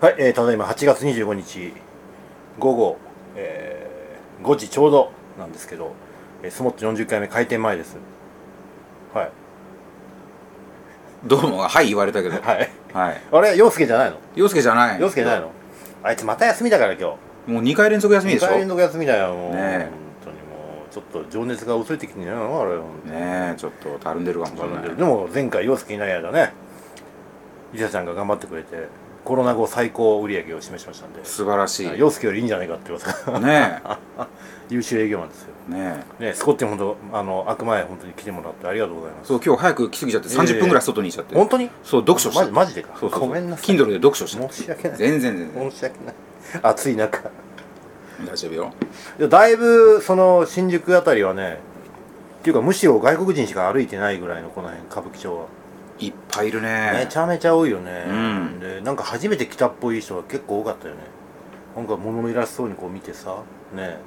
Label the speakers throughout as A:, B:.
A: はい、えー、ただいま8月25日午後、えー5時ちょうどなんですけど、えースモッチ40回目開店前です。はい。
B: どうも、はい言われたけど。
A: はい。
B: はい。
A: あれ、洋介じゃないの
B: 洋介じゃない。
A: 洋介じゃないのあいつまた休みだから今
B: もう2回連続休
A: 日。
B: みでし
A: 二
B: ょ。
A: 回連
B: ね
A: 続休みだよ、もう。
B: ねえ
A: 本当にもう、ちょっと情熱が薄れてきてんじゃないのあれ、本当に
B: え、ちょっとたるんでるかもしれない。
A: でも前回洋介いない間ね、伊勢ちゃんが頑張ってくれて、コロナ後最高売り上げを示しましたんで。
B: 素晴らしい。ね
A: 洋介よりいいんじゃないかって言われた 優秀営業マンですよ
B: え。ねえ。
A: ね、スコッティ本当あの開く前本当に来てもらってありがとうございます
B: そう、今日早く来すぎちゃって、30分ぐらい外にいちゃって。
A: 本当に
B: そう、読書し
A: マ
B: た。
A: ジマジでか
B: そうそうそう。
A: ごめんなさい
B: Kindle で読書した。
A: 申し訳ない
B: 全然全然。
A: 申し訳ない暑い中
B: 大丈夫よ。
A: でだいぶその新宿あたりはねっていうかむしろ外国人しか歩いてないぐらいのこの辺歌舞伎町は、
B: いっぱいいる
A: め
B: ね
A: ち。ゃめちゃ多いよね、
B: うん
A: でなんか初めて来たっぽい人が結構多かったよねなんか物のいらしそうにこう見てさね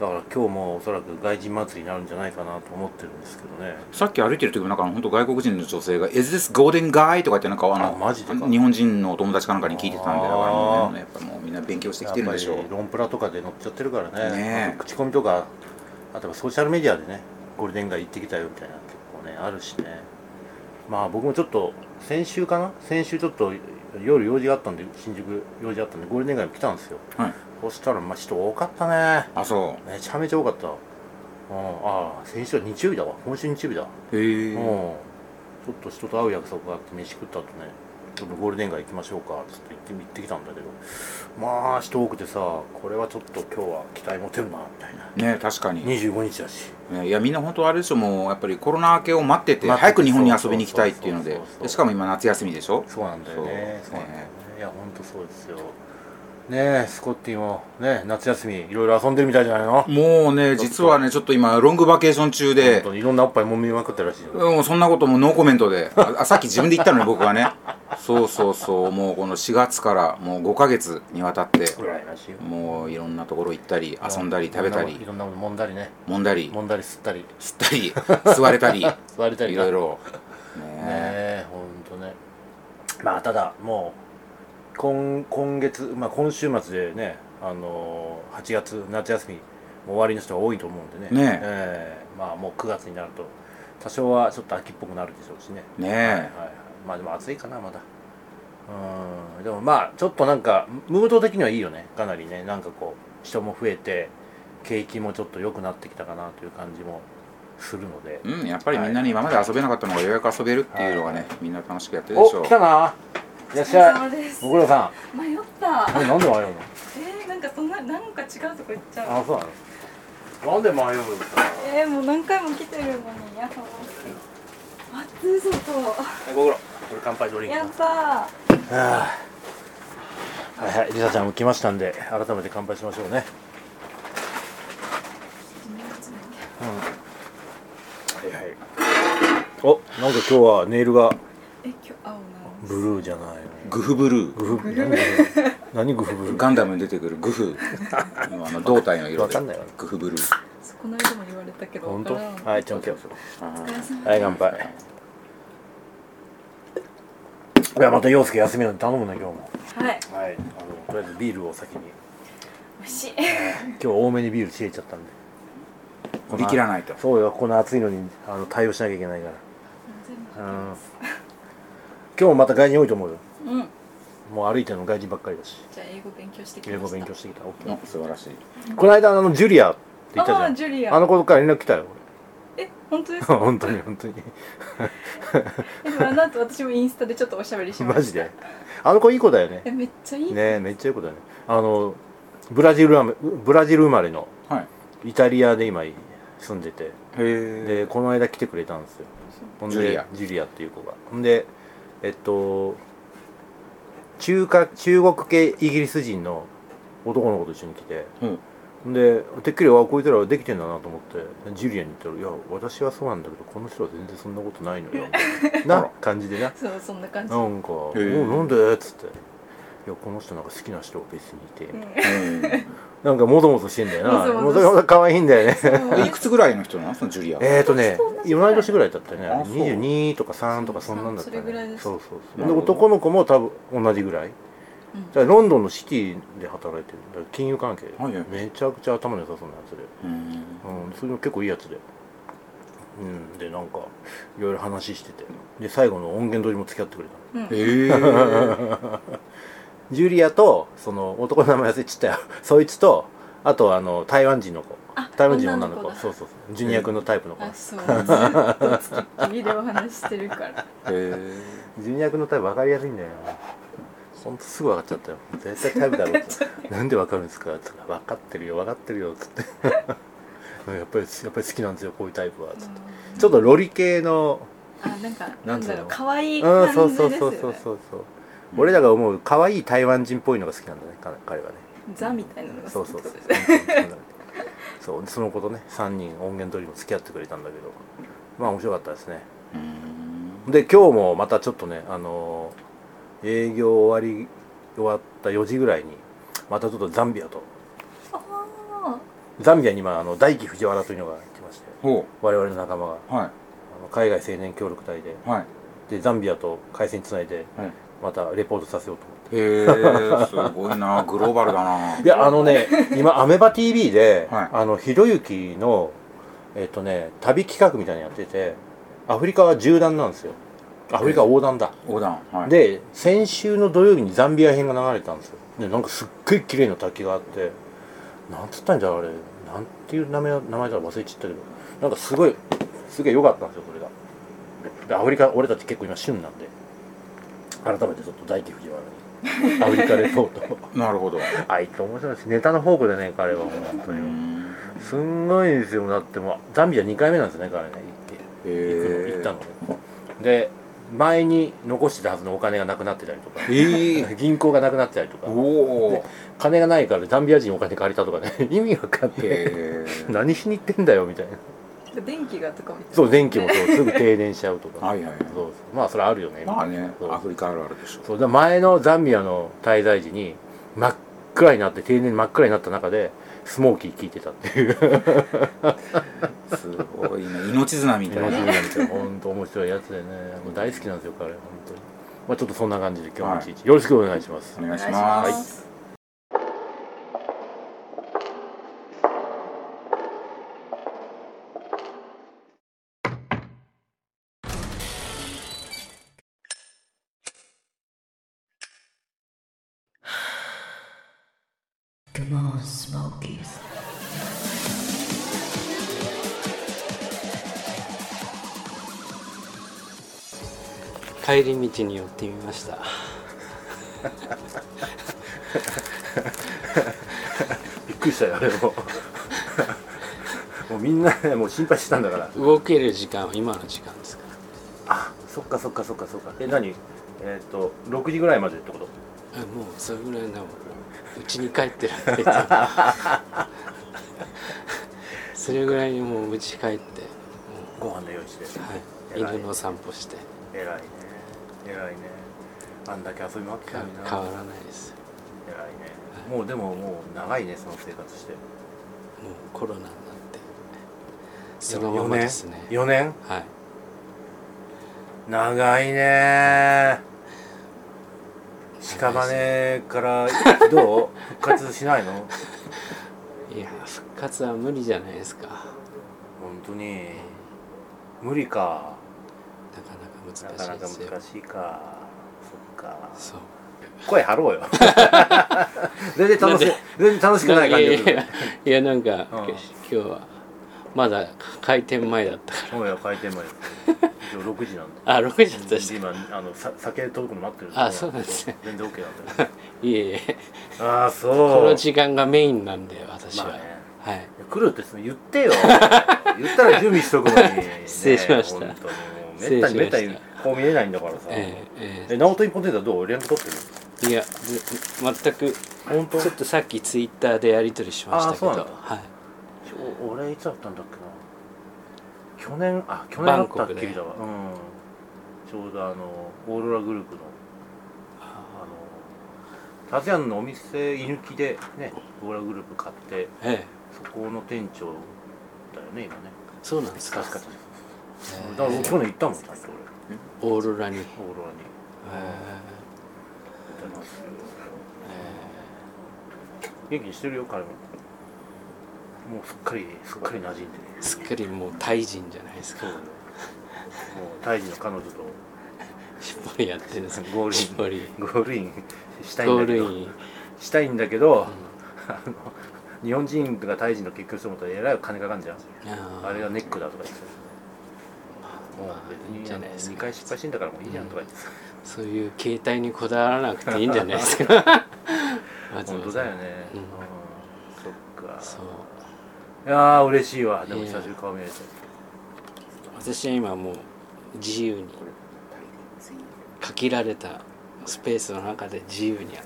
A: だから今日もおそらく外人祭りになるんじゃないかなと思ってるんですけどね
B: さっき歩いてる時もなんか本当外国人の女性が「Is this golden guy?」とかってなんかあ
A: あマジでか
B: の日本人のお友達かなんかに聞いてたんでだからも
A: あ
B: う
A: ー
B: ねやっぱもうみんな勉強してきてるんでしょ
A: やっぱりロンプラとかで載っちゃってるからね
B: ねえ
A: 口コミとかあとはソーシャルメディアでねゴールデン街行ってきたよみたいな結構ねあるしねまあ僕もちょっと先週かな先週ちょっと夜用事があったんで新宿用事あったんでゴールデン街も来たんですよ
B: う。はい、
A: そしたらまあ人多かったね
B: あそ
A: めちゃめちゃ多かった、うん、ああ先週は日曜日だわ今週日曜日だ
B: うへえ
A: うん、ちょっと人と会う約束があって飯食った後ねちょっとゴールデン街行きましょうかちょっと行って行ってきたんだけどまあ人多くてさこれはちょっと今日は期待持てるなみたいな
B: ね確かに
A: 25日だし
B: ねいやみんな本当あれでしょもうやっぱりコロナ明けを待ってて
A: 待ってて
B: 早く日本に遊びに行きたいっていうので
A: そうそうそうそう
B: でしかも今夏休みでしょ
A: そうなんだよねそう
B: そう
A: なんだよねいやほんとそうですよねえスコッティもね夏休みいろいろ遊んでるみたいじゃないの
B: もうね実はねちょっと今ロングバケーション中
A: 本
B: で
A: 当にいろんなおっぱい揉みまくってるらしいよ
B: うんそんなこともノーコメントでああ さっき自分で言ったのに僕がねそうそうそうもうこの4月からもう5ヶ月にわたって
A: 羨ましいよ
B: もういろんなところ行ったり遊んだり食べた
A: い
B: り
A: ろんなもの揉んだりね
B: 揉んだり
A: 揉んだり吸ったり
B: 吸 ったり座れたりい
A: 座れたり
B: ろいろね
A: ねえほんとねまあただもう今今月、まあ、今週末でね、あのー8月夏休みもう終わりの人が多いと思うんでね
B: ねえ
A: ええまあもう9月になると多少はちょっと秋っぽくなるでしょうしね
B: ね
A: はいはい
B: え
A: はい、まあでも暑いかなまだうんでもまあちょっとなんかムード的にはいいよねかなりねなんかこう人も増えて景気もちょっと良くなってきたかなという感じもするので
B: うんやっぱりみんなに今まで遊べなかったのがようやく遊べるっていうのがねみんな楽しくやってるでし
A: お
B: ょ
A: 来たないらっしゃ
C: お疲れ様
A: い
C: です
A: ご苦労さ
C: 迷った。
A: んえなんで迷うの
C: えー、なんかそんな何か違うとこ行っちゃう。
A: あそうなのなんで迷うの
C: えー、もう何回も来てるのに、やっぱもう。あっつそうそ
A: ご苦労これ乾杯ドリ
C: う。
A: ンク
C: やった
A: はあはいはいリサちゃんも来ましたんで改めて乾杯しましょうねはいはいおなんか今日はネイルが
C: え、今日青なの。
A: ブルーじゃない
B: グフブルー
A: グフ何グフ何グフブルー
B: ガンダムに出てくる グフうんあの胴体の色
A: わ
B: で
A: かんないわ
B: グフブルー
C: そうこの間も言われたけど。
A: 本当
C: わからん
A: はいちょんけん
C: お疲れ様
A: はい乾杯いやまた洋介休みなのに頼むね今日も
C: はい。
A: はいあのとりあえずビールを先に
C: 美味しい。
A: 今日多めにビール仕入れちゃったんで
B: 売り切らないと
A: そうよこの暑いのにあの対応しなきゃいけないからうん今日もまた外人多いと思うよ
C: うん。
A: もう歩いてるの外人ばっかりだし
C: じゃあ英語勉強してきま
A: 英
C: した。
A: 語勉強してきた OK
B: お素晴らしい
A: この間あのジュリアって言ったじゃ
C: あ
A: ん
C: ージュリア
A: あの子から連絡来たよ
C: え、本当です
A: 俺
C: か。
A: 本当に本当に
C: え、でもあの後私もインスタでちょっとおしゃべりしました。
A: マジで。あの子いい子だよね
C: え、めっちゃいい。
A: ねめっちゃいい子だよねあのブラジル生まれブラジル生まれの
B: はい
A: イタリアで今住んでて
B: へえ
A: でこの間来てくれたんですよほんで
B: ジュリア
A: ジュリアっていう子がほんでえっと中華中国系イギリス人の男の子と一緒に来て
B: うん
A: ほんでてっきりあこいつらはできてんだなと思ってジュリアに言ったら「いや私はそうなんだけどこの人は全然そんなことない のよ」
B: あ
A: な
B: ら
A: 感じでな
C: そう、そんな感じ。
A: なんか「おう
B: へえ
A: なんで?」っつって「いやこの人なんか好きな人は別にいて」
C: うん
A: なんかもぞもぞしてんだよな
C: もぞ
A: も
C: も
A: ぞ
C: ぞ
A: もぞ可愛いんだよね
B: うんいくつぐらいの人なのそのジュリアは
A: えーとね
C: 同、じぐら
A: 同
C: い
A: い年ぐらいだったよね
B: あそう
A: 22とか3とかそんなんだった、ね、
C: そうそれぐらいです
A: そうそうそう
B: な
A: で
B: るほど
A: 男の子も多分同じぐらいだからロンドンのシティで働いてるだから金融関係、
B: はいはい
A: めちゃくちゃ頭の良さそうなやつで、
B: うん
A: うん、それも結構いいやつで、うん、でなんかいろいろ話しててで最後の音源取りも付き合ってくれた
C: うん
B: ええー、
A: ジュリアとその男の名前忘れちゃったよ そいつとあとあの台湾人の子
C: あ
A: 台湾人の女の子
C: 女の子だ
A: そうそうそうジュニア君のタイプの子、
C: あそうずっとつきっきりでお話ししてる から
B: えー、
A: ジュニア君のタイプ分かりやすいんだよほんとすぐ分かっちゃったよ絶対タイプだろうってなんで分かるんですかって言ったら分かってるよ分かってるよっつってやっぱりやっぱり好きなんですよこういうタイプはつってちょっとロリ系の
C: あなんか
A: な
C: なんん
A: つうの
C: だろう可愛
A: う
C: い
A: ん
C: 感じです
A: そ
C: よ
A: う
C: ね
A: そうそうそうそうそう 俺らが思う可愛い台湾人っぽいのが好きなんだねか彼はね
C: ザみたいなのが
A: そ
C: 好
A: う
C: きっ
A: そ
C: て
A: う
C: こ
A: そう
C: とですね
A: そうでその子とね3人音源取りも付き合ってくれたんだけどまあ面白かったですね
B: うん
A: で今日もまたちょっとねあのー営業終わり終わった4時ぐらいにまたちょっとザンビアと
C: あ
A: ザンビアに今あの大輝藤原というのが来まして
B: ほ
A: 我々の仲間が
B: うは
A: あの海外青年協力隊で
B: いはい
A: でザンビアと回線つないで
B: はい
A: またレポートさせようと思って
B: へえ ー、すごいなグローバルだない
A: やあのね今アメバ TV で、
B: はい
A: あのひろゆきのえっとね旅企画みたいなのやっててアフリカは縦断なんですよアフリカは横断だ、
B: 横断はい
A: で先週の土曜日にザンビア編が流れたんですよでなんかすっごい綺麗な滝があってなんつったんじゃあれなんていう名前名前だろう忘れちゃったけどなんかすごいすげえ良かったんですよそれがでアフリカ俺たち結構今旬なんで改めてちょっと大輝藤原 にアフリカレポートを
B: なるほど
A: あいつ面白いですネタの宝庫でね彼はもう本当
B: う
A: に
B: ん
A: すんごいですよだってもうザンビア2回目なんですよね彼ね
B: へ
A: 行って行くの
B: え
A: 行ったのねで前に残してたはずのお金がなくなってたりとか
B: ええ
A: 銀行がなくなってたりと
B: ー、
A: か
B: おお
A: で金がないからザンビア人にお金借りたとかね 意味わかんない
B: へえ
A: 何しに行ってんだよみたいな
C: ー電気がとかみたいな
A: そう電気 もそうすぐ停電しちゃうとか
B: はいはいはい
A: そうそうまあそれあるよね
B: まあね
A: そう
B: アフリカあるあるでしょ
A: そうだ前のザンビアの滞在時に真っ暗になって定年真っ暗になった中でスモーキー聞いてたっていう
B: すごいね命綱み
A: み
B: た
A: たいない
B: な
A: 本当面白いやつでねもう大好きなんですよ彼本当にまあちょっとそんな感じで今日も一日、よろしくお願いします
B: お願いします、
D: Come on, Smokies.
E: 帰り道に寄ってみました
A: びっくりしたよあれ ももうみんなねもう心配してたんだから
E: 動ける時間は今の時間ですか
A: あそっかそっかそっかそっかえ何えっ、と6時ぐらいまでってこと
E: らあもうそれぐらいだもんうちに帰ってられて それぐらいにもううち帰って
A: ご飯の用意して
E: はい、
A: 偉い
E: 犬の散歩して
A: 偉いね偉いねあんだけ遊び回ってた
E: 変わ
A: のにな
E: 変わらないです
A: 偉いねもうでももう長いねその生活して
E: もうコロナになってそのままですね
A: 4年
E: はい
A: 長いね屍からどう 復活しないの本
E: いや復活は無理じゃないですかなか
A: 当に無理かな
E: なか
A: かなか
E: 難しいですよ
A: 難しいかそっか
E: そう
A: 声張ろうよ 全然楽しい
E: なん
A: 全然楽しくない感じがす
E: いやい
A: る
E: や いやなんか、
A: うん
E: 今日はまだ開店前だったか
A: 今夜は開店前です今日6時なんで
E: らあ6時だ ったし
A: 今あのさ酒届くの待ってる
E: あそうなんですね
A: 全然 OK なんだよ
E: いえいえ
A: ああそう
E: この時間がメインなんで私は、
A: まあね
E: はい
A: 来るってその言って よ言ったら準備しとくのに、ね、
E: 失礼しました
A: 本当にもうめったにめったに
E: 失礼し
A: こう見えないんだからさ、
E: えええ
A: え直人にポテトはどう連絡取ってる
E: えいやぜ全く
A: 本当
E: ちょっとさっきツイッターでやり取りしましたけど
A: あそうなんだ
E: はい
A: お俺いつだったんだっけな去年あ去年だった
E: バンコ
A: っ
E: ク
A: け
E: ね
A: だわ、うんちょうどあのオーロラグループのあのタズヤンのお店居抜きでねオーロラグループ買って
E: ええ
A: そこの店長だよね今ね
E: そうなんですか
A: 確かに
E: ええ
A: だから去年行ったもんちゃんと
E: オーロラに、え
A: 俺オーロラに
E: え
A: 行ってますよ元気にしてるよ彼ももうすっかりすっかり馴染んでね
E: すっかりもうタイ人じゃないですか
A: そうよ もうタイ人の彼女と
E: 絞りやってる んです
A: ゴールイン
E: 絞り
A: ゴールインしたいん
E: ゴー
A: だけ
E: ルイ
A: ど
E: ン
A: したいんだけど、あの日本人がタイ人の結婚してもらったらえらい金かかんじゃん
E: あー
A: あれがネックだとか言ってもう
E: まあ
A: 別
E: いいん
A: に
E: じゃないです
A: 2
E: か
A: 回失敗してんだからもういいじゃんとか言ってさ
E: そういう携帯にこだわらなくていいんじゃないで すか松
A: 本当
E: 本さん
A: だよね、
E: うん
A: うんそ
E: そ
A: っ
E: う
A: かいやー嬉しいわでも
E: いや
A: 久しぶりに顔見れて
E: 私は今もう自由に限られたスペースの中で自由にこうやっ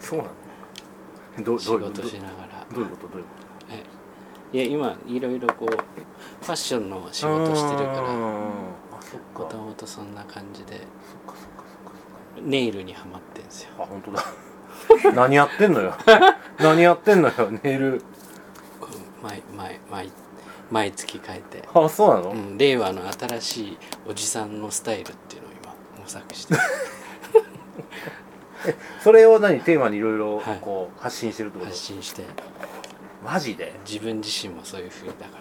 A: そうなのど
E: て仕
A: どういうこと
E: 事
A: ど
E: しながら
A: ういうことどういうこ
E: えいや今いろいろこうファッションの仕
A: と
E: 事してる
A: うん
E: か
A: あそっ
E: らも
A: か
E: ともとそんな感じで
A: そっかそっかそっかそ
E: ネイルにはまってんですよ
A: っかあ本当だ 何やってんのよ何やってんのよネイル
E: 毎毎毎毎月変えて、
A: あそうなの、
E: うん、令和の新しいおじさんのスタイルっていうのを今模索してる
A: それを何テーマにいろいろ
E: はい
A: こう発信してるってこと、
E: 発信 して
A: マジで
E: 自分自身もそういうふうだか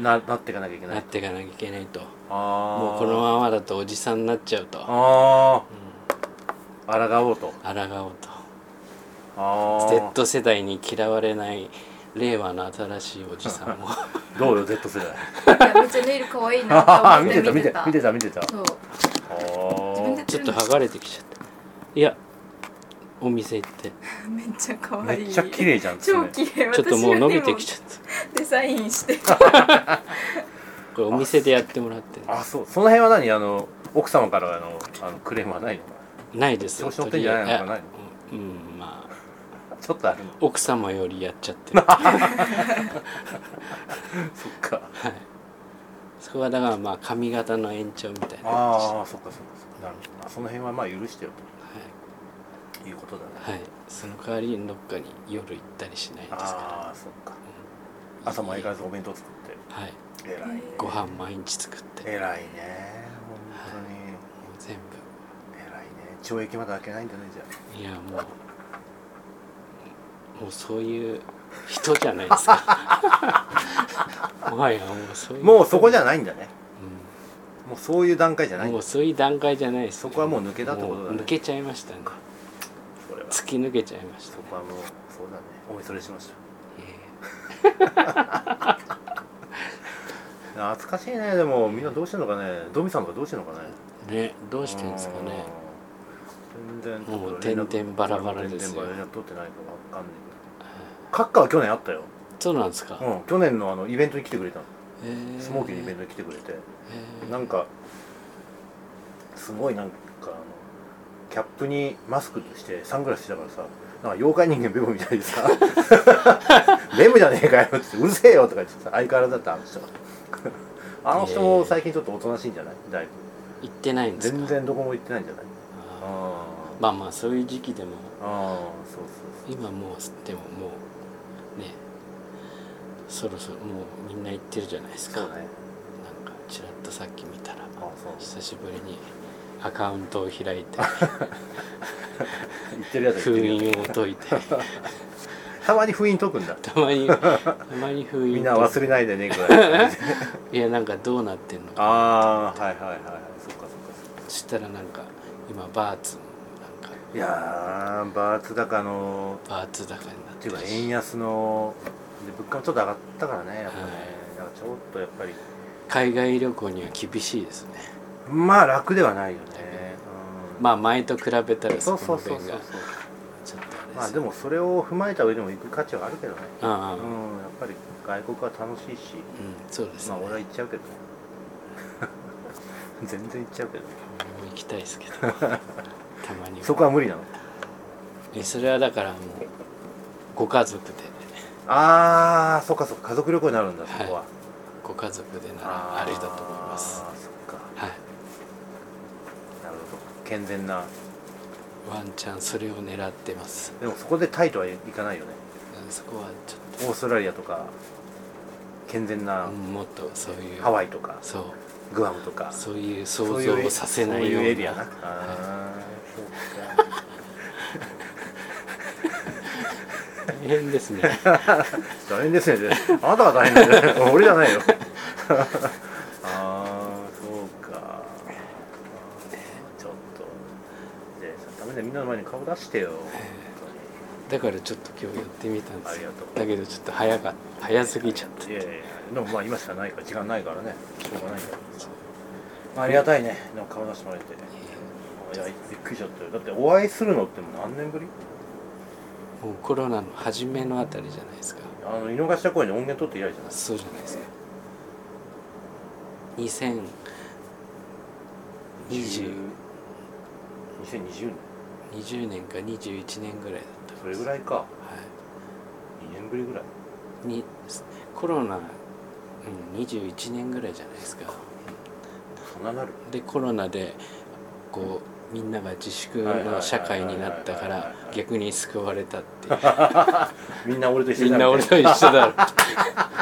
A: ななっていかなきゃいけ
E: ら
A: な
E: ないっていかなきゃいけないと
A: ああ
E: もうこのままだとおじさんになっちゃうと
A: ああ、抗おうと
E: 抗おう
A: あ
E: と
A: あ
E: Z 世代に嫌われない令和の新しいおじさんも
A: どうよ Z 世代
C: いやめっちゃネイル可愛いな
A: ああ
C: と
A: 見
C: 思ってて
A: た 見
C: 見
A: てた見て
C: てた
A: た見てた
C: そう
A: ああ
C: 自分で
E: ちょっと剥がれてきちゃったいやお店行って
C: めっちゃ可
A: め
C: 愛
A: っ
C: い
A: ちゃ綺麗じゃん
C: 超綺麗
E: ちょっともう伸びてき
C: ゃ
E: ちゃった
C: デザインして
E: これお店でやってもらってる
A: あそうその辺は何あの奥様からあのあのクレームはないの
E: ないです
A: 調子乗って
E: と
A: ん
E: り
A: じゃ
E: あえ
A: ないの
E: ず
A: かない
E: やうんまあ
A: ちょっとあ るの
E: 奥様よりやっちゃってる
A: そっか
E: そこはだからまあ髪型の延長みたいな感じで
A: ああそっかそっかそっかなるほどあその辺はまあ許してよということだね
E: はい、はい、その代わりにどっかに夜行ったりしないですか
A: ああそっか朝も相変わらずお弁当作っ
E: らはい
A: て偉いね
E: ご飯毎日作って
A: 偉いね本当に
E: もう全
A: 偉いね懲役まだ開けないんだねじゃあ
E: 部いやもうもうそういう人じゃな いですかもはやもうそういう
A: もうそこじゃないんだね
E: う
A: もうそういう段階じゃない
E: ん
A: ん
E: も
A: だ
E: うそういう段階じゃないです
A: そこはもう抜けたってことだね
E: もう抜けちゃいましたね
A: それは
E: 突き抜けちゃいました
A: そこはもうそうだねお見それしまし
E: え
A: た懐かしいねでもみんなどうしてんのかねドミさんとかどうしてんのかね
E: えねどうしてんですかね
A: うん全然
E: もう点々バラバラです
A: 点々バ
E: よ
A: ラ連絡取ってないから分かんないけどカッカは去年あったよ、
E: そうなんですか、
A: うん、去年のあのイベントに来てくれたの
E: えー
A: スモーキーのイベントに来てくれて、
E: えー
A: なんかすごいなんかあのキャップにマスクしてサングラスしてたからさなんか妖怪人間ベムみたいで さ「ベムじゃねえかよ」って「うるせえよ」とか言ってさ相変わらずだったあの人あの人も最近ちょっとおとなしいんじゃないだいぶ
E: 行ってないんですか
A: 全然どこも行ってないんじゃないあ
E: あ
A: あ
E: ーまあまあそういう時期でも
A: あーそうそう
E: 今もうでももうねそろそろもうみんな行ってるじゃないですか
A: そうそうね
E: なんかちらっとさっき見たら
A: あそう
E: 久しぶりにアカウントを開いて
A: 行ってるやつは行っ
E: 封
A: てるや
E: 印を解い て
A: つたまに封印解くんだ
E: たまにたまに封印
A: みんな忘れないでねぐら い
E: いやなんかどうなってんのか
A: ああはいはいはいはいそっかそっかそっか
E: そしたらなんか今バーツもなんか
A: いやーバーツ高の
E: バーツ高になっ
A: っててい
E: る
A: うか
E: し
A: 円安ので物価もちょっと上がったからねやっぱね、
E: はい
A: だからちょっとやっぱり
E: 海外旅行には厳しいですね
A: まあ楽ではないよね、うん
E: まあ前と比べたら
A: そ
E: そう
A: そ
E: こ
A: うそ
E: の
A: うそう
E: 点
A: そう
E: がちょっとあれです
A: まあでもそれを踏まえた上でも行く価値はあるけどね
E: ああ、
A: うんやっぱり外国は楽しいし
E: うん、そうです
A: ま
E: ね、
A: あ俺は
E: 俺
A: 行っちゃうけ どね全然行っちゃうけどね
E: も行きたいですけ どたまに
A: そこは無理なの
E: えそれはだからもうご家族で、
A: ああそっかそっか家族旅行になるんだそこは、
E: はいご家族でならあれだと思います
A: あーそっか
E: はい
A: なるほど健全な
E: ワンチャンそれを狙ってます
A: でもそこでタイとはいかないよね
E: そこはちょっ
A: オーストラリアとか健全
E: と、
A: な
E: もっとそういう
A: ハワイとか
E: そう
A: グアムとか
E: そういう
A: そ
E: 想
A: ういう
E: 像をさせない
A: そう
E: ような
A: いうエリアなあーそうか
E: 大変で すね
A: 大変ですねあなたが大変なんじゃない俺じゃないよ ああそうかちょっとでダメだみんなの前に顔出してよ
E: だからちょっと今日やってみたんで
A: あ
E: す
A: りが
E: よ
A: とう
E: だけどちょっと早かった早すぎちゃっ
A: いやいやいやでもまあ今しかないから時間ないからねしょうがないから、まあ、ありがたいねでも顔出してもらえていやびっくりしちゃったよだってお会いするのってもう何年ぶり
E: たもうコロナの初めのあたりじゃないですか
A: あの井の頭公園で音源取って以来じゃない
E: そうじゃないですか2020 20
A: 2020年
E: 20年か21年ぐらいだった
A: それぐらいか
E: はい
A: 2年ぶりぐらい
E: にコロナ、うん、21年ぐらいじゃないですか
A: そんななる
E: でコロナでこうみんなが自粛の社会になったか
A: はいはい
E: ら
A: はいはい
E: 逆に救われた って
A: みんな俺と一緒
E: み
A: にな
E: ん
A: る
E: な俺と一緒だろ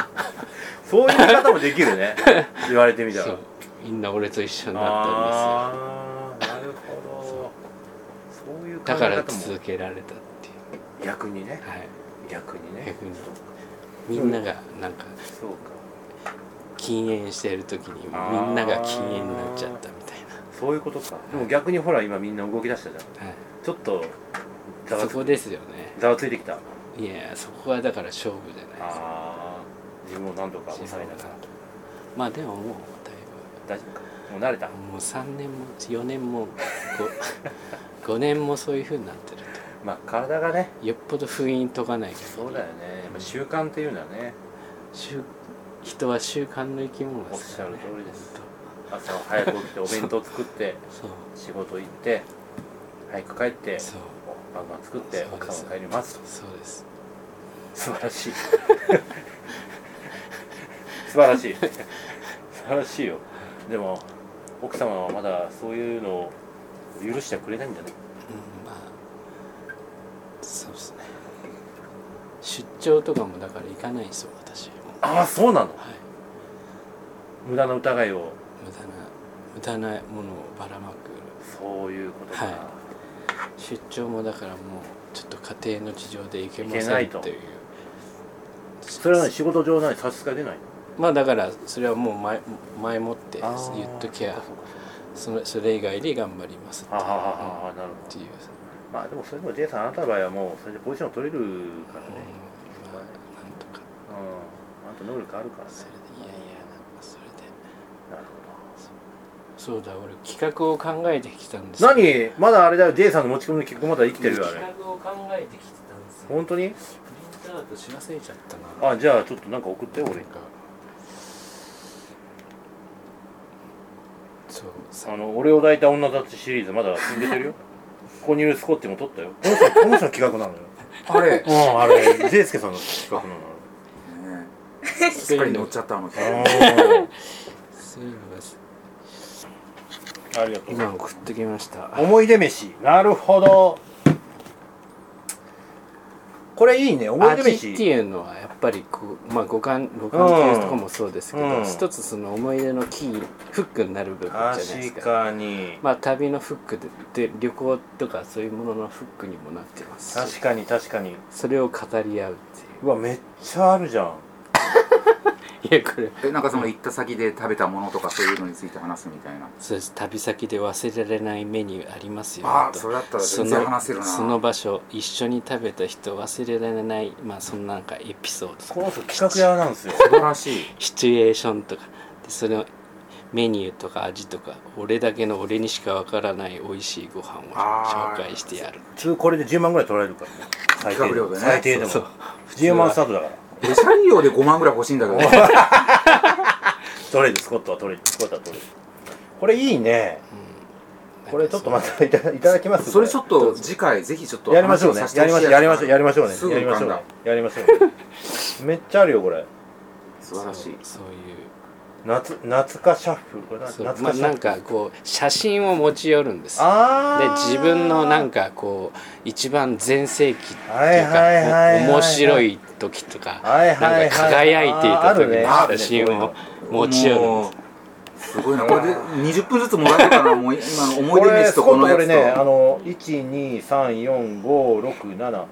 A: そういう見方もできるね 言われてみた
E: そ
A: ら
E: うみんな俺と一緒になったんで
A: ああなるほどそういう
E: すよだ
A: 考
E: か
A: え
E: ら
A: 方
E: 続
A: も
E: けられたっていう
A: 逆にね
E: はい
A: 逆にね
E: 逆に
A: そうか
E: みんながなんか
A: そうか
E: 禁煙してる時にみん
A: あー
E: なが禁煙になっちゃったみたい
A: そういうことかでも逆にほら今みんな動き出したじゃん
E: な、はい、
A: ちょっとざわ
E: そ
A: つ
E: こですよね
A: ざわついてきた
E: いやそこはだから勝負じゃないですか
A: ああ自分を何度か抑えながら
E: まあでももうだ
A: 大
E: い
A: 丈夫かもう慣れた
E: ぶもう3年も4年も 5, 5年もそういうふうになってる
A: まあ体がね
E: とよっぽど封印解かないか
A: そうだよねやっぱ習慣っていうのはね
E: 習人は習慣の生き物ですから、ね、
A: おっしゃる通りです
E: 本
A: 朝早く起 きてお弁当作って
E: 当そう
A: 仕事行って早く帰って
E: そう
A: 晩ご飯作って
E: そう
A: 奥
E: で
A: さ
E: す
A: んの帰り待つと
E: そうです
A: 素晴ら しい素晴らしい素晴らしいよでも奥様はまだそういうのを許してはくれないんだね
E: うんまあそうですね出張とかもだから行かないんですよ私も
A: ああそうなの
E: はい
A: 無駄な疑いを
E: 無駄な無駄なものをばらまく
A: そういうことか、
E: は出張もだからもうちょっと家庭の事情で行けま
A: 行け
E: せ
A: なんいと
E: っていう
A: それはね仕事上ない差し支え出ない
E: まあだからそれはもう前前もって言
A: あー
E: っときゃそのそれ以外で頑張ります
A: ああは
E: っ
A: はなるほど
E: ていううん
A: まあでもそれでも J さんあなたの場合はもうそれでポジション取れるからね
E: まあなんとか
A: うんあんた能力あるからね
E: それでいやいやなんかそれで
A: なる
E: そうだ俺企画を考えてきたんです
A: ほ
E: よ
A: ど何まだあれだよ J さんの持ち込みの結構まだ生きてるよあれ
E: 企画を考えてきてたんですよ
A: 本当に
E: プリントアウトし忘れちゃったな
A: あじゃあちょっとなんか送って俺
E: なんかそうさ
A: あの俺を抱いた女たちシリーズまだ進んでてるよここにいるスコッティも撮ったよこの人この人の企画なのよ
B: あれ、ね
A: うんあれ J スケさんの企画なの
B: すっかり乗っちゃったあの人
A: よ
E: そういうのが
A: ありがとう
E: 今送ってきました
A: 思い出飯なるほどこれいいね思い出
E: 味
A: 飯
E: っていうのはやっぱりこう、まあ、五感五感系とかもそうですけど、
A: うん
E: 一つその思い出のキーフックになる部分じゃないです
A: 確
E: か
A: かに
E: まあ旅のフックでで旅行とかそういうもののフックにもなってます
A: 確
E: し
A: かに確かに
E: それを語り合うっ
A: うわめっちゃあるじゃん
E: ていういやこれ
B: えなんかその行った先で食べたものとかそういうのについて話すみたいな
E: そうです旅先で忘れられないメニューありますよ
B: あ
E: と
B: それだったら
E: そ
B: 全然
E: の
B: 話せるな
E: その場所一緒に食べた人忘れられないまあそんななんかエピソード
A: この人企画屋なんですよ
B: 素晴らしい
E: シチュエーションとかでそのメニューとか味とか俺だけの俺にしかわからない美味しいご飯を
B: あ
E: 紹
B: ー
E: 介してやる
A: 普通これで10万ぐらい取られるからね最低
B: 企画
A: で
B: 料
A: も
B: でね
A: 最低でも
E: そう
A: 10万スタートだから
B: デシャリオで5万ぐらい欲しいんだけ ど、
A: 取れるスコットは取れるスコットは取れるこれいいねこれちょっとまたいただいただきます
B: それちょ
A: っ
B: っと次回ぜひちょっと
A: やりましょうね
B: 話をさせて
A: やりましょうやりましょうやりましょうね
B: すぐ
A: やり
B: 浮
A: ま
B: か
A: しょ
B: ん
A: うね
B: だ
A: やりましょうねめっちゃあるよこれ
B: 素晴らしい
E: そうい
A: 夏夏かシャッフルこれな
E: うそ
A: 夏
E: う
A: かシ
E: まあ、
A: ャッ
E: な
A: フ
E: ん
A: ル
E: かこう写真を持ち寄るんですで
A: あー
E: 自分のなんかこう一番全盛期っていうか、
A: はいはいはいはいはい
E: お面白い時とか、
A: はいはいはい
E: なんか輝いていた時
A: ああるね
E: の写真を持ち寄るん
B: も
E: で
B: うすごいなこれで20分ずつもらってたらもう今の思い
A: こ
B: 出
A: れ
B: 飯
A: ス
B: と
A: コッ
B: こ
A: ト
B: の
A: こ
B: や
A: れ
B: つ
A: ねあ
B: と
A: の1 2 3 4 5 6 7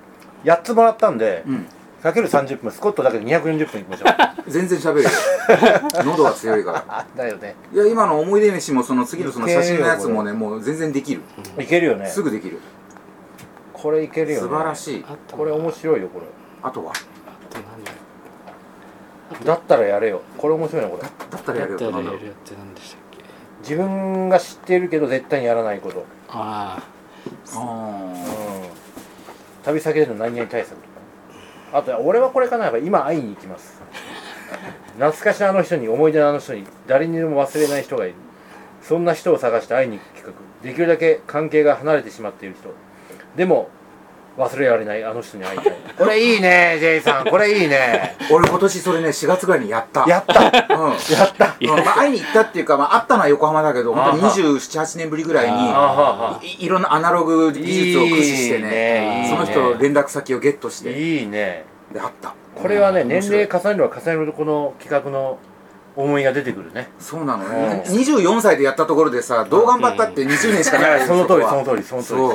A: 8つもらったんで、
B: うん
A: かける30分スコットだけで240分いきましょう
B: 全然喋るよ 喉は強いから
A: あだよね
B: いや今の思い出飯もその次のその写真のやつもねもう全然できる
A: いけるよね
B: すぐできる
A: これいけるよね
B: 素晴らしい
E: あと
A: これ面白いよこ
B: あとは
E: あと何だ
A: れだったらやれよこれ面白いなこれ
B: だったらや
E: や
B: る
E: っ
B: よ
E: た
B: な
E: らや
B: んだろう
E: るよって何でしたっけ
A: 自分が知っているけど絶対にやらないこと、
E: あ
A: うん
B: あ、
A: 旅先での何々対策とかあと俺はこれかなやっぱ今会いに行きます懐かしのあの人に思い出のあの人に誰にでも忘れない人がいるそんな人を探して会いに行く企画できるだけ関係が離れてしまっている人でも忘れられないあの人に会いたいこれいいねジェイさんこれいいね
B: 俺今年それね4月ぐらいにやった
A: やったや
B: うん
A: った
B: うんまあ、会いに行ったっていうか、まあ、会ったのは横浜だけど本当に278年ぶりぐらい
A: あー
B: に
A: はい
B: いろんなアナログ技術を駆使してね
A: いいね
B: その人の連絡先をゲットし
A: いはい
B: て
A: いいね
B: で会った
A: これはね
B: うん
A: 年
B: 面
A: 齢
B: 白
A: 重ね
B: い
A: るは重ねるほどこの企画の思いが出てくるね
B: そうなの
A: うん
B: ね24歳でやったところでさどう頑張ったって20年しかない
A: その通りその
B: り
A: 通りその通りです
B: そう
A: よ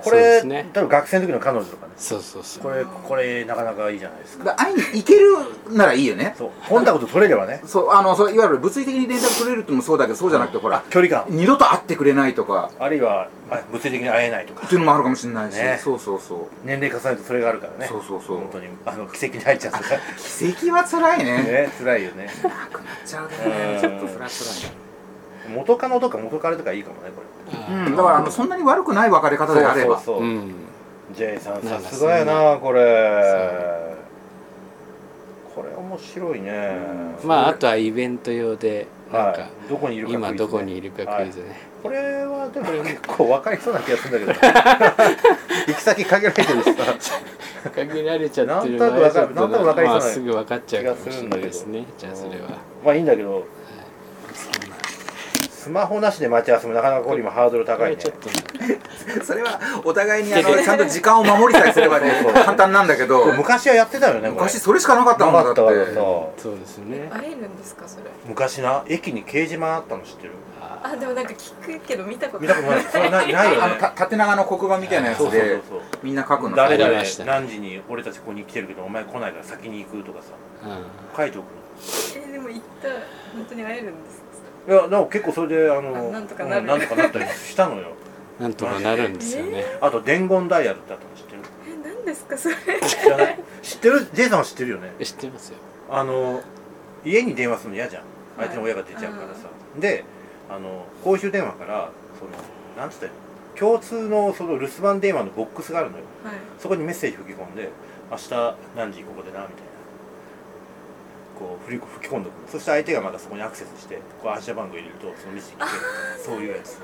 A: こ
E: そうで
A: れ、
E: すね
A: 多分学生の時の彼女とかね
E: あそうそうそう
A: これこれなかなかいいじゃないですか
B: 会いに行けるならいいよね
A: そうコンタクト取れればね
B: そうあのそういわゆる物理的に連絡取れるってのもそうだけどそうじゃなくてほら
A: 距離感
B: 二度と会ってくれないとか
A: あるいはあ物理的に会えないとか
B: っていうのもあるかもしれないし、
A: ね
B: そうそうそう
A: 年齢重ねるとそれがあるからね
B: そうそうそう
A: 本当にあの奇跡に入っちゃう とか
B: 奇跡は辛いね
A: ね辛いよね
B: なくなっちゃうね
A: うん
B: ちょっとそれは辛い
A: 元カノとか元カレとかいいかもねこれ
E: あ
B: なうんだからあのそんなに悪くない別れ方であれば
A: そうそうそ
E: う
A: う、
E: ん
A: J さん
E: な
A: さ
E: んか
A: すがやなこれ
E: そ
A: これ面白いね、
E: まああとはイベント用でなんか
A: はい、どこにいるかクイズね、
E: 今どこにいるかクイズね
A: これはでも結構分かりそうな気がするん だけど行き先限られてるしさ
E: 限られちゃってる
A: なんとなくわかる
E: ち
A: な
E: ょっと
A: んとなくわかりそうな
E: まあすぐ分かっちゃうかもしれないですねじゃあそれは
A: まあいいんだけどスマホなしで待ち合わせもなかなかこれ今ハードル
E: こ
A: 高い
E: れ
A: ね
E: ちょっと
B: それはお互いにあのちゃんと時間を守りさえすればね
A: そうそう
B: 簡単なんだけど
A: これ昔はやってたよねこれ
B: 昔それしかなかった
A: な
B: もんだ
A: か
B: っ
A: ってたからさ
E: そうですね
C: 会えるんですかそれ
A: 昔な駅に掲示板あったの知ってる
C: あでもなんか聞くけど見たこと
A: 見たことないそれないないよ
B: あの
A: ね
B: た縦長の黒板みたいなや
A: そう
B: つ
A: そう
B: で
A: そうそう
B: みんな書くの
A: 誰
E: あり
A: 々
E: ましたね
A: 何時に俺たちここに来てるけどお前来ないから先に行くとかさ
E: うん
A: 書いておく
C: えでも行ったら本当に会えるんですか
A: のいやでも結構それであの
C: あなんとかなる
A: うんなんとかなったりしたのよ
E: なんとかなるんですよね
A: あと伝言ダイヤルってあったの知ってる
C: え何ですかそれ
A: 知らない知ってる J さんは知ってるよね
E: 知ってますよ
A: あの家に電話するの嫌じゃん相手の親が出ちゃうからさ、であの公衆電話からそのなんつったらいいの共通のその留守番電話のボックスがあるのよ
C: はい
A: そこにメッセージ吹き込んで「明日何時ここでな」みたいなこう振り吹き込んでおくのそして相手がまたそこにアクセスしてこう暗証番号入れるとそのメッセージ来てそういうやつ
C: そう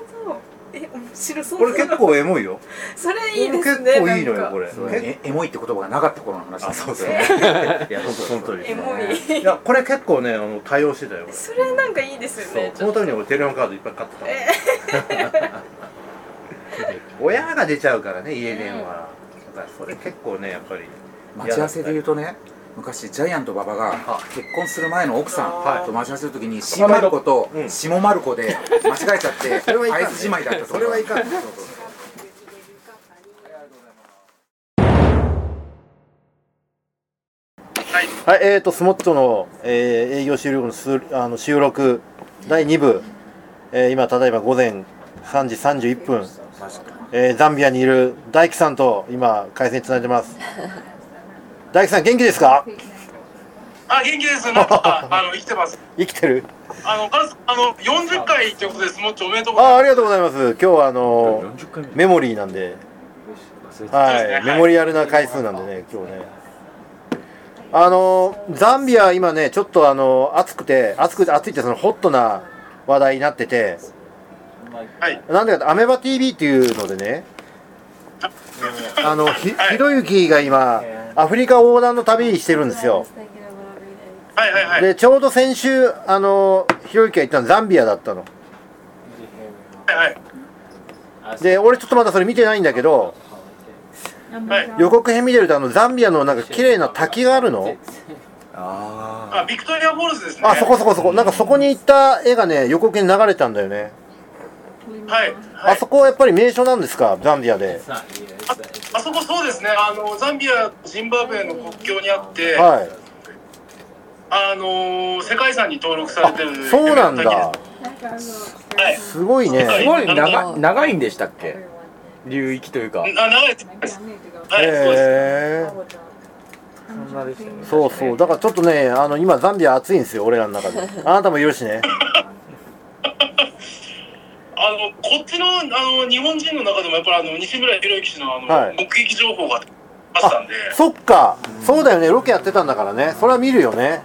C: え面白そう
A: これ結構エモいよ
C: それいいです
A: 結
C: ね
A: 構いいの
C: な
A: よ
C: んか
A: これ
B: そう
A: 結構
B: えエモいって言葉がなかった頃の話
A: あそうそういや本当その通りです
C: エモ
A: い
C: い
A: やこれ結構ねあの対応してたよ俺
C: それなんかいいですよ
A: そう
C: ねち
A: そ
C: ょ
A: の
C: っと
A: ために俺テレホンカードいっぱい買ってたの
C: え
A: 親が出ちゃうからね家電は、だからそれ結構ねやっぱり
B: 待ち合わせで言うとね昔ジャイアント馬場が
A: あ
B: 結婚する前の奥さ
A: は
B: ん
A: い
B: と待ち合わせる時に新丸子と
A: うん
B: 下丸子で間違えちゃって
A: それはいかんね
B: 会津じまいだったとか
A: それはいかんね
B: そうそう
A: はいえー、とスモットの、えー営業終了後の数あの収録第2部、えー今ただいま午前3時31分、えーザンビアにいる大樹さんと今回線つないでます 大樹さん元気ですか
F: あ、元気です。なんと か、あの、生きてます。
A: 生きてる
F: あの、まず、あの、四十回ということです。もっちおめでとうござい
A: あありがとうございます今日はあのメモリーなんではいメモリアルな回数なんでね今日ねあのザンビア今ねちょっとあの暑くて暑くて暑いってそのホットな話題になってて
F: ます。はい。
A: なんでかってアメバ TV っていうのでねあのひひろゆきが今アフリカ横断の旅してるんですよ
F: はいはいはい。はい
A: でちょうど先週あのひろゆきが行ったのザンビアだったの
F: はい。
A: で俺ちょっとまだそれ見てないんだけど
F: はい。
A: 予告編見てるとあのザンビアのなんか綺麗な滝があるの
B: あ
F: あ、ビクトリアフォールズですね。
A: あそこそこそこなんかそこに行った絵がね予告編に流れたんだよね
F: はい、は
G: あ
F: い
G: そこはやっぱり名所なんですかザンビアで
F: あそこそうですねあのザンビアジンバブエの国境にあって、
G: はい
F: あのー世界遺産に登録されてる
G: そうなん
C: な
F: 滝です
G: だ
C: んかあの、
F: はい
G: すごいね
F: は
A: すごい
F: なん
A: 長
F: か
A: い長いんでしたっけ流域というか
F: あ長いです
C: なんかダメージが
F: はい、そうです
G: へえ
A: そんなですよね
G: そうそうだからちょっとねあの今ザンビア暑いんですよ俺らの中であなたもいるしね
F: あのこっちのあの日本人の中でもやっぱりあの西村博之氏のあの、
G: はい
F: 目撃情報があったんで
G: そっかそうだよねロケやってたんだからねそれは見るよね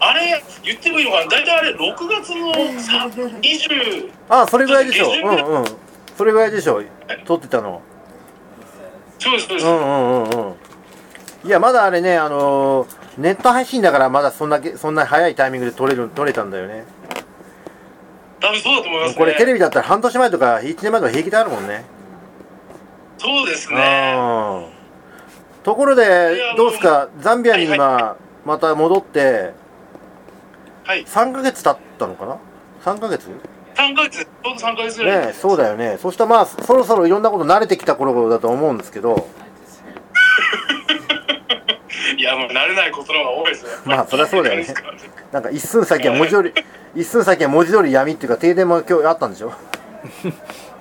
F: あれ言ってもいいのかな大体あれ6月のさ20
G: あそれぐらいでしょ
F: え
G: うんうんそれぐらいでしょ撮ってたの
F: そうですそうで
G: う
F: す、
G: んうんうんうんいやまだあれねあのーネット配信だからまだそんなけそんな早いタイミングで撮れる撮れたんだよね
F: 多分そうだと思いますね
G: これテレビだったら半年前とか1年前とか平気であるもんね
F: そうですね
G: うんところでどうですかザンビアに今また戻って
F: はい
G: 3ヶ月経ったのかな3ヶ月
F: 3ヶ月ちょうど3ヶ月ぐらい
G: ねえそうだよねそしたらまあそろそろいろんなこと慣れてきた頃だと思うんですけど
F: いやもう慣れないことの方が多いですね
G: まあそりゃそうだよねなんか一寸先は文字通り一寸先は文字通り闇っていうか停電も今日あったんでしょ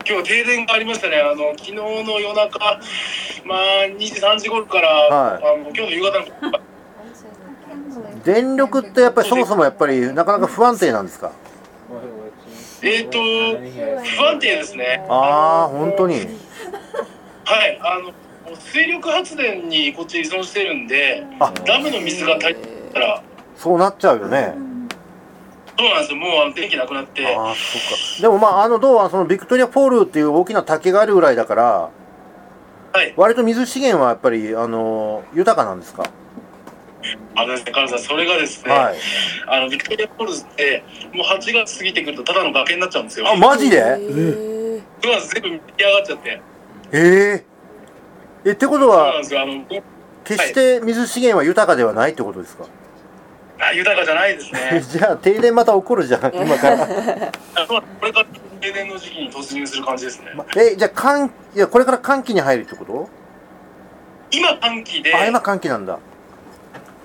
F: 今日停電がありましたねあの昨日の夜中まあ2時3時頃から、
G: はい
F: あの今日の夕方の
G: 電力ってやっぱりそもそもやっぱりなかなか不安定なんですか
F: えっ、と不安定ですね
G: ああ本当に
F: はい、あの水力発電にこっち依存してるんで、
G: あ
F: ダムの水が足りたら、
G: そうなっちゃうよね
F: そうなんですよ、もうあの電気なくなって、
G: ああそっかでもまああの銅はそのビクトリア・ポールっていう大きな滝があるぐらいだから
F: はい、
G: 割と水資源はやっぱりあの豊かなんですか
F: あのですね、カさん、それがですね、
G: はい
F: あのビクトリア・ポールズって、もう8月過ぎてくると、ただの崖になっちゃうんですよ、
G: あマジで
F: そうなんです全部見上がっちゃって、
G: えええってこと
F: そうなん
G: は
F: ですよ、あの
G: 決して水資源は豊かではないってこと ですか、
F: あ豊かじゃないです ね、
G: じゃあ停電また起こるじ ゃん今から
F: あそうなんですこれから停電の時期に突入する感じですね、
G: えじゃあ寒いやこれから寒気に入るってこと、
F: 今、寒気で、
G: あ今寒気なんだ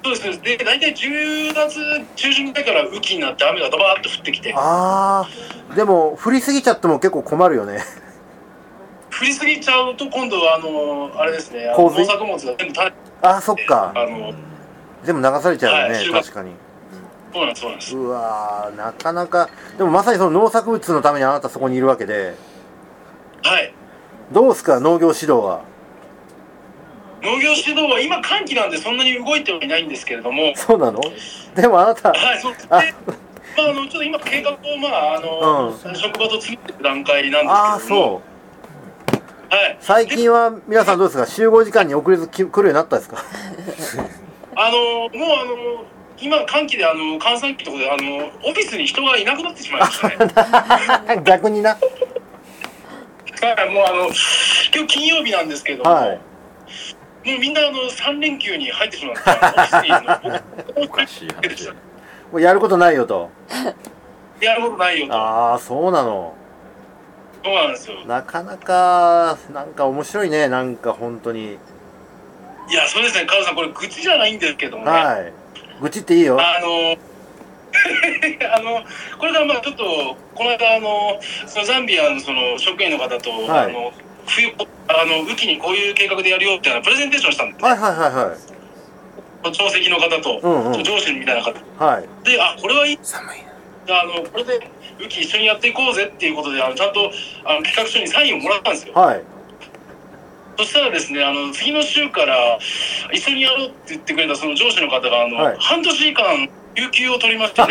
F: そうですで、大体10月中旬ぐらいから雨季になって、雨がドバーっと降ってきて。
G: あーでも降りすぎちゃっても結構困るよね
F: 降りすぎちゃうと今度はあのあれですねあの
G: 洪水
F: 農作物が全部垂れて
G: あーそっ
F: あ
G: か
F: の
G: 全部流されちゃうよね、
F: はい
G: 確かに
F: そうなんですそうなんです
G: うわーなかなかでもまさにその農作物のためにあなたそこにいるわけで
F: はい
G: どうすか農業指導は
F: 農業指導は今寒気なんでそんなに動いてはいないんですけれども
G: そうなのでもあなた
F: はいそうです
G: あ
F: ねまあ、あのちょっと今計画をまああの、
G: うん
F: 職場と詰めてる段階な
G: あ
F: ん
G: あ
F: ですけれども
G: そう
F: はい
G: 最近は皆さんどうですか集合時間に遅れずき来るようになったですか
F: あのもうあの今寒気であの閑散期とかであのオフィスに人がいなくなってしまいました ね
G: 逆にな
F: はいもうあの今日金曜日なんですけれども、
G: はい
F: もうみんなあの三連休に入ってしまって、オフィスにいるの僕
A: おかしい話だ
G: もうやることないよと
F: やることないよと。
G: ああそうなの
F: そうなんですよ。
G: なかなかなんか面白いねなんか本当に
F: いや、そうですね、カズさん、これ愚痴じゃないんですけどもね。
G: はい愚痴っていいよ
F: あの。 あのこれがまあちょっとこの間あのそのザンビアのその職員の方と、
G: はい
F: あの冬あの雨季にこういう計画でやるよみたいなプレゼンテーションしたんです、ね
G: はいはいはいはい
F: 調席の方と、
G: うんうん
F: 上司みたいな方
G: はい
F: であこれはいい
H: 寒いな
F: あのこれで雨季一緒にやっていこうぜっていうことであのちゃんとあの企画書にサインをもらったんですよ
G: はい
F: そしたらですね、あの次の週から一緒にやろうって言ってくれたその上司の方があの、
G: はい
F: 半年間有給を取り まして、ね、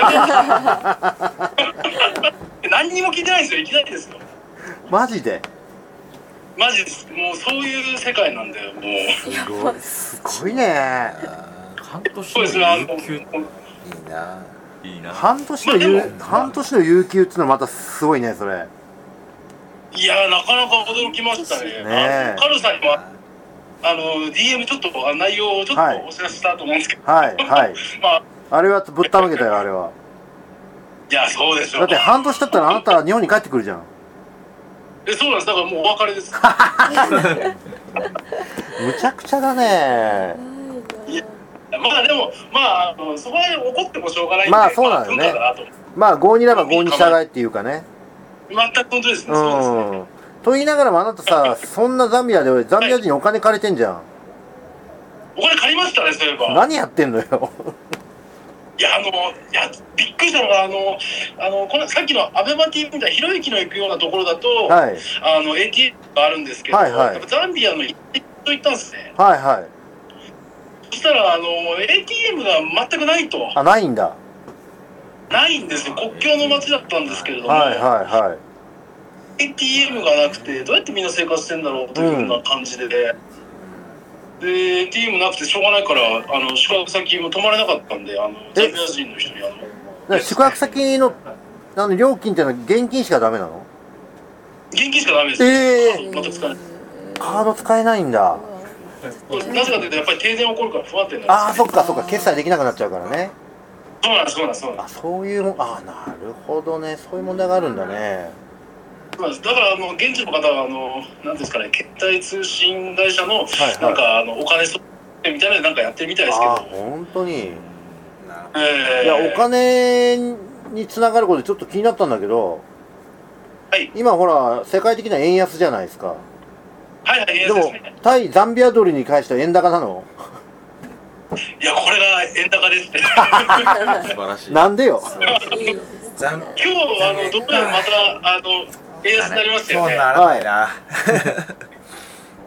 F: 何にも聞いてないんですよ、いきなりですよ。
G: マジで
F: マジです。もうそういう世界なんだよ、もう。
A: すごい
G: すごいね
A: 半
F: そうです
A: 年
F: ね、あ
A: の
F: の、
A: 有給
H: い
F: い
H: いない
A: いな
G: 半年の有半年の有給っていうのまたすごいねそれ
F: や、なかなか驚きましたね。
G: ね
F: あのカルさんには、あの、DM ちょっとあ内容をちょっと
G: はい
F: お知らせしたと思うんですけど、
G: はいはい
F: まあ、
G: あれはぶったまげたよあれはい
F: や、そうでしょ
G: だっ
F: う
G: て。半年経ったらあなたは日本に帰ってくるじゃん
F: えそうなんですだからもうお別れです
G: むちゃくちゃだね
F: まあでもまああのそこは怒ってもしょうがないんで
G: まあそうなんだ
F: まあ
G: よね
F: 文化だなと思って
G: まあ5にならば5に従えっていうかね
F: 全く本当ですね、
G: う
F: そうですね
G: んと言いながらもあなたさそんなザンビアでザンビア人にお金借りてんじゃん
F: お金借りましたねそういえば
G: 何やってんのよ
F: いや、あの、いや、びっくりしたのが、あの、あの、この、さっきのアベマ TV みたいな、ひろゆきの行くようなところだと、
G: はい
F: あの、ATM があるんですけど、
G: はいはい
F: やっぱザンビアの行ってと行ったんですね。
G: はいはい
F: そしたら、あの、ATM が全くないと、
G: あないんだ
F: ないんですよ。国境の街だったんですけれども、
G: はいはいはい
F: ATM がなくて、どうやってみんな生活してんだろうというような感じで、で、ATM なくてしょうがないから、あの、宿泊先も泊まれなかったんで、あの、
G: え
F: ザンビア人の人に、あの、
G: だから宿泊先のあの料金っていうのは現金しかダメなの
F: 現金しかダメです。
G: えー
F: また使えない。
G: カード使えないんだ
F: なぜかというと、やっぱり停電起こるから不安定にな
G: あ
F: る
G: あそっかそっか決済できなくなっちゃうからね
F: そうなんです、そうなんです、そうなんで
G: あそういうもんあなるほどねそういう問題があるんだね
F: すそうなんです。だから、あの、現地の方は、あの、なんていうんですかね、携帯通信会社の、
G: はい
F: なん
G: はい
F: か、あの、お金取ってみたいなのなんかやってるみたいですけ
G: あ
F: ど。
G: 本当に
F: えー
G: いやお金につながることでちょっと気になったんだけど、
F: はい
G: 今ほら世界的な円安じゃないですか
F: はいはい、円安
G: で
F: です
G: も
F: ね。
G: 対ザンビアドルに関しては円高なの
F: いや、これが円高です って。
A: 素晴らしい。
G: なんでよ
A: 残念
F: 今日、あの、どこかでまた、あの、円安になりましたよね。ま
A: ならないな。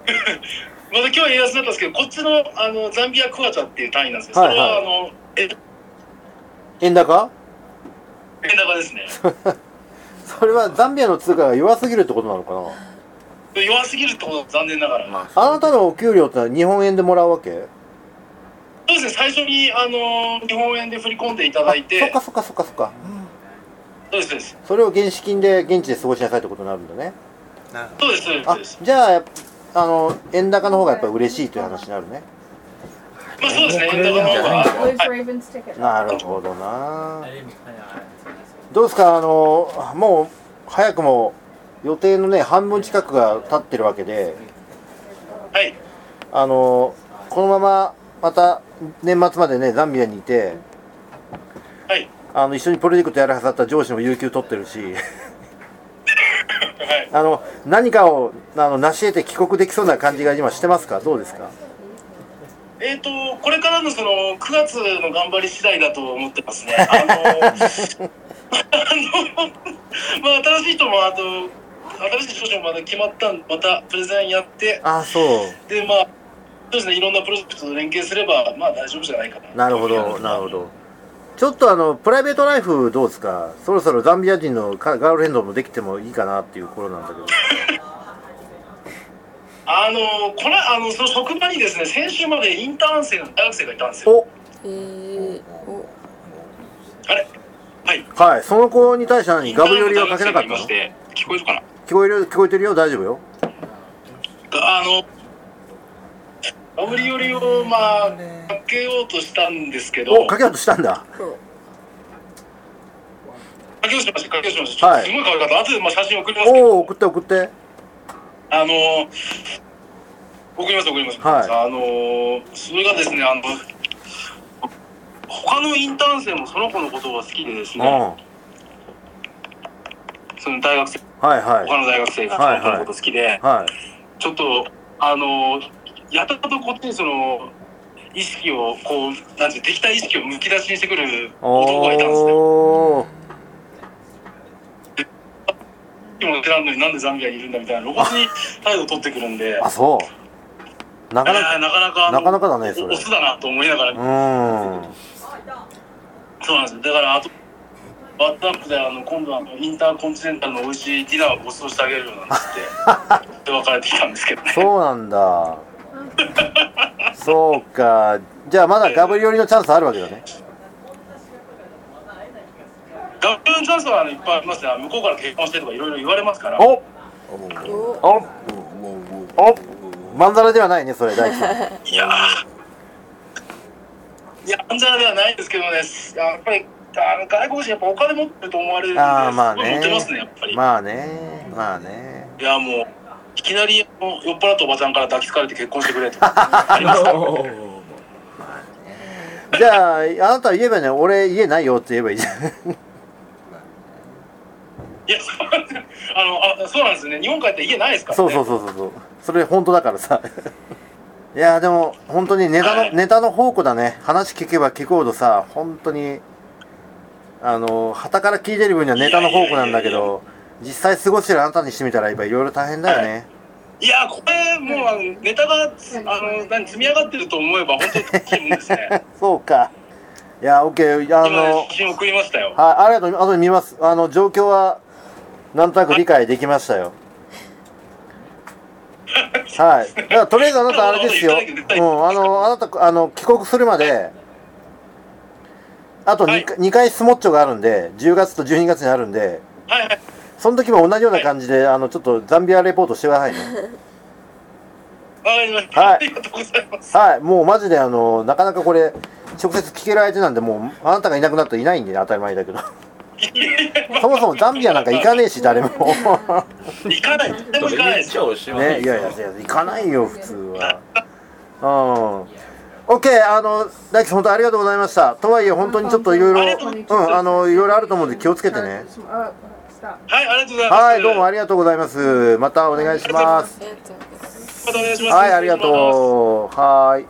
F: た今日は円安だったんですけど、こっちの、あの、ザンビアクワチャっていう単位なんですけど、そ
G: はい
F: れ
G: はい
F: は、あの、円
G: 円高
F: 円高です ね。
G: それはザンビアの通貨が弱すぎるってことなのかな
F: 弱すぎるってことは残念ながら。
A: ま
G: あなたのお給料ってのは日本円でもらうわけ
F: そうですね、最初に、あの日本円で振り込んでいた
G: あ
F: だいて、
G: そっかそっかそっかそっか
F: そうです、そうです、
G: それを原資金で現地で過ごしなさいってことになるんだね
F: そうです、そう
G: あ
F: です。
G: じゃあやっあの円高の方がやっぱ嬉しいという話になるね
F: まあ、そうですね、円高の方が、はい
C: Live Ravens ticket.
G: なるほどな
A: あ。
G: どうですかあのもう早くも予定のね半分近くが経ってるわけで
F: はい、
G: あのこのまままた年末までねザンビアにいて
F: はい、
G: あの一緒にプロジェクトやるはずだった上司も有給取ってるし
F: はい、
G: あの 何かをあの成し得て帰国できそうな感じが今してますかどうですか
F: えっ、と、これからのその9月の頑張り次第だと思ってますね。 あのあのまあ、新しい人も、あと、新しい少女もまだ決まったんで、またプレゼンやって、
G: ああそう
F: で、まあ、そうですね、いろんなプロジェクトと連携すれば、まあ、大丈夫じゃないかな。
G: なるほど、なるほど。ちょっとあの、プライベートライフどうですかそろそろザンビア人のかガールフレンドもできてもいいかなっていう頃なんだけど。
F: あの、これ、あの、その職場にですね、先週までインターン生の大学生がいたんですよ。
G: お
F: あれはい。
G: はい、その子に対して何ガブ寄りはかけなかったの
F: 聞こえるかな
G: 聞こえる、聞こえてるよ大丈夫よ
F: あの、ガブリ寄りを、まあ、かけようとしたんですけど、
G: お、かけようとしたんだ。
F: かけようとしました、かけようとしました。
G: はい
F: すごい可愛かった。後で、まあ、写真送りますけど、
G: おお、送って送って。
F: あの、送ります、送ります。
G: はい
F: あの、それがですね、あの、他のインターン生もその子のことが好きでです
G: うん。
F: ね、
G: は
F: その大学生、
G: いは
F: 他の大学生がその子のこと好きで、
G: い。はい。
F: ちょっと、あの、やたらとこっちにその、意識を、こう、なんていう、敵対意識をむき出しにしてくる男がいたんですね。
G: おー。
F: 今も知らんのになんでザンビアにいるんだみたいな、露骨に態度を取ってくるんで、
G: あ、そう。なかな
F: えーなかなかあの、
G: なかなかだねそれ
F: オスだなと思いながら、
G: か、
F: そうなんですよ。だから、あと、バットアップで、あの、今度はあのインターコンチネンタルの美味しいディナーをご馳走してあげるようになって、 で、別れてきたんですけど
G: うん。
F: ね。
G: そうなん だ。そうか。じゃあまだガブ寄りのチャンスあるわけだね。
F: 学校のチャンスはあのいっぱいありますね。あの向こうから結婚してとかいろいろ言われますから。
G: おおおまんざらではないねそれ大地 さん
F: いやーいや、なんじゃではないですけどね、やっぱり、あの外国人、やっぱお金持ってると思われるんで、
G: あーまあね
F: すごい持ってますね、やっぱり。
G: まあねまあね
F: いやもういきなりあの酔っ払ったおばちゃんから抱きつかれて結婚してくれと かありますか
G: じゃあ、あなたは言えばね、俺家ないよって言えばいいじゃん。
F: いやそうなんですあのあそうなんですね日本帰ったら家ないですから、ね、
G: そうそうそうそうそう。それ本当だからさ。 いやーでも本当にネタの、
F: はい
G: ネタの宝庫だね。話聞けば聞くほどさ、本当に、あの、旗から聞いてる分にはネタの宝庫なんだけ
F: いやいやい
G: ど、実際過ごしてるあなたにしてみたら、やっぱいろいろ大変だよね。
F: いやこれもうあのネタがつあの何積み上がってると思えば本当に楽しいもんですね
G: そうか。いや、オッケー。 あ
F: 今ね
G: の
F: 写、真送りましたよ
G: はい、ありがとう。後で見ます。あの、状況は、なんとなく理解できましたよ。はい。だからとりあえずあなたあれ ですよ。
F: そうそうそう
G: うん、あの、あなた、あの、帰国するまで、あと 2,、
F: はい
G: 2回スモッチョがあるんで、10月と12月にあるんで、
F: はいはい
G: その時も同じような感じで、あの、ちょっとザンビアレポートしてくださいね。
F: わかりました、
G: はい
F: ありがとうございます
G: はい。もうマジで、あの、なかなかこれ、直接聞ける相手なんで、もう、あなたがいなくなったらいないんで、当たり前だけど。そもそもザンビアなんか行かねえし、誰も。
F: 行かないでも行かないです
A: じゃあおしまい
G: ね、いやいやいや行かないよ普通はうん OK あの大輝本当ありがとうございましたとはいえ本当にちょっといろいろ
F: ありがとうございま
G: う
F: す
G: んあのいろいろあると思うんで気をつけてね
F: はいありがとうございます
G: はいどうもありがとうございますまたお願いします
F: またお願いします
G: はいありがとうはーい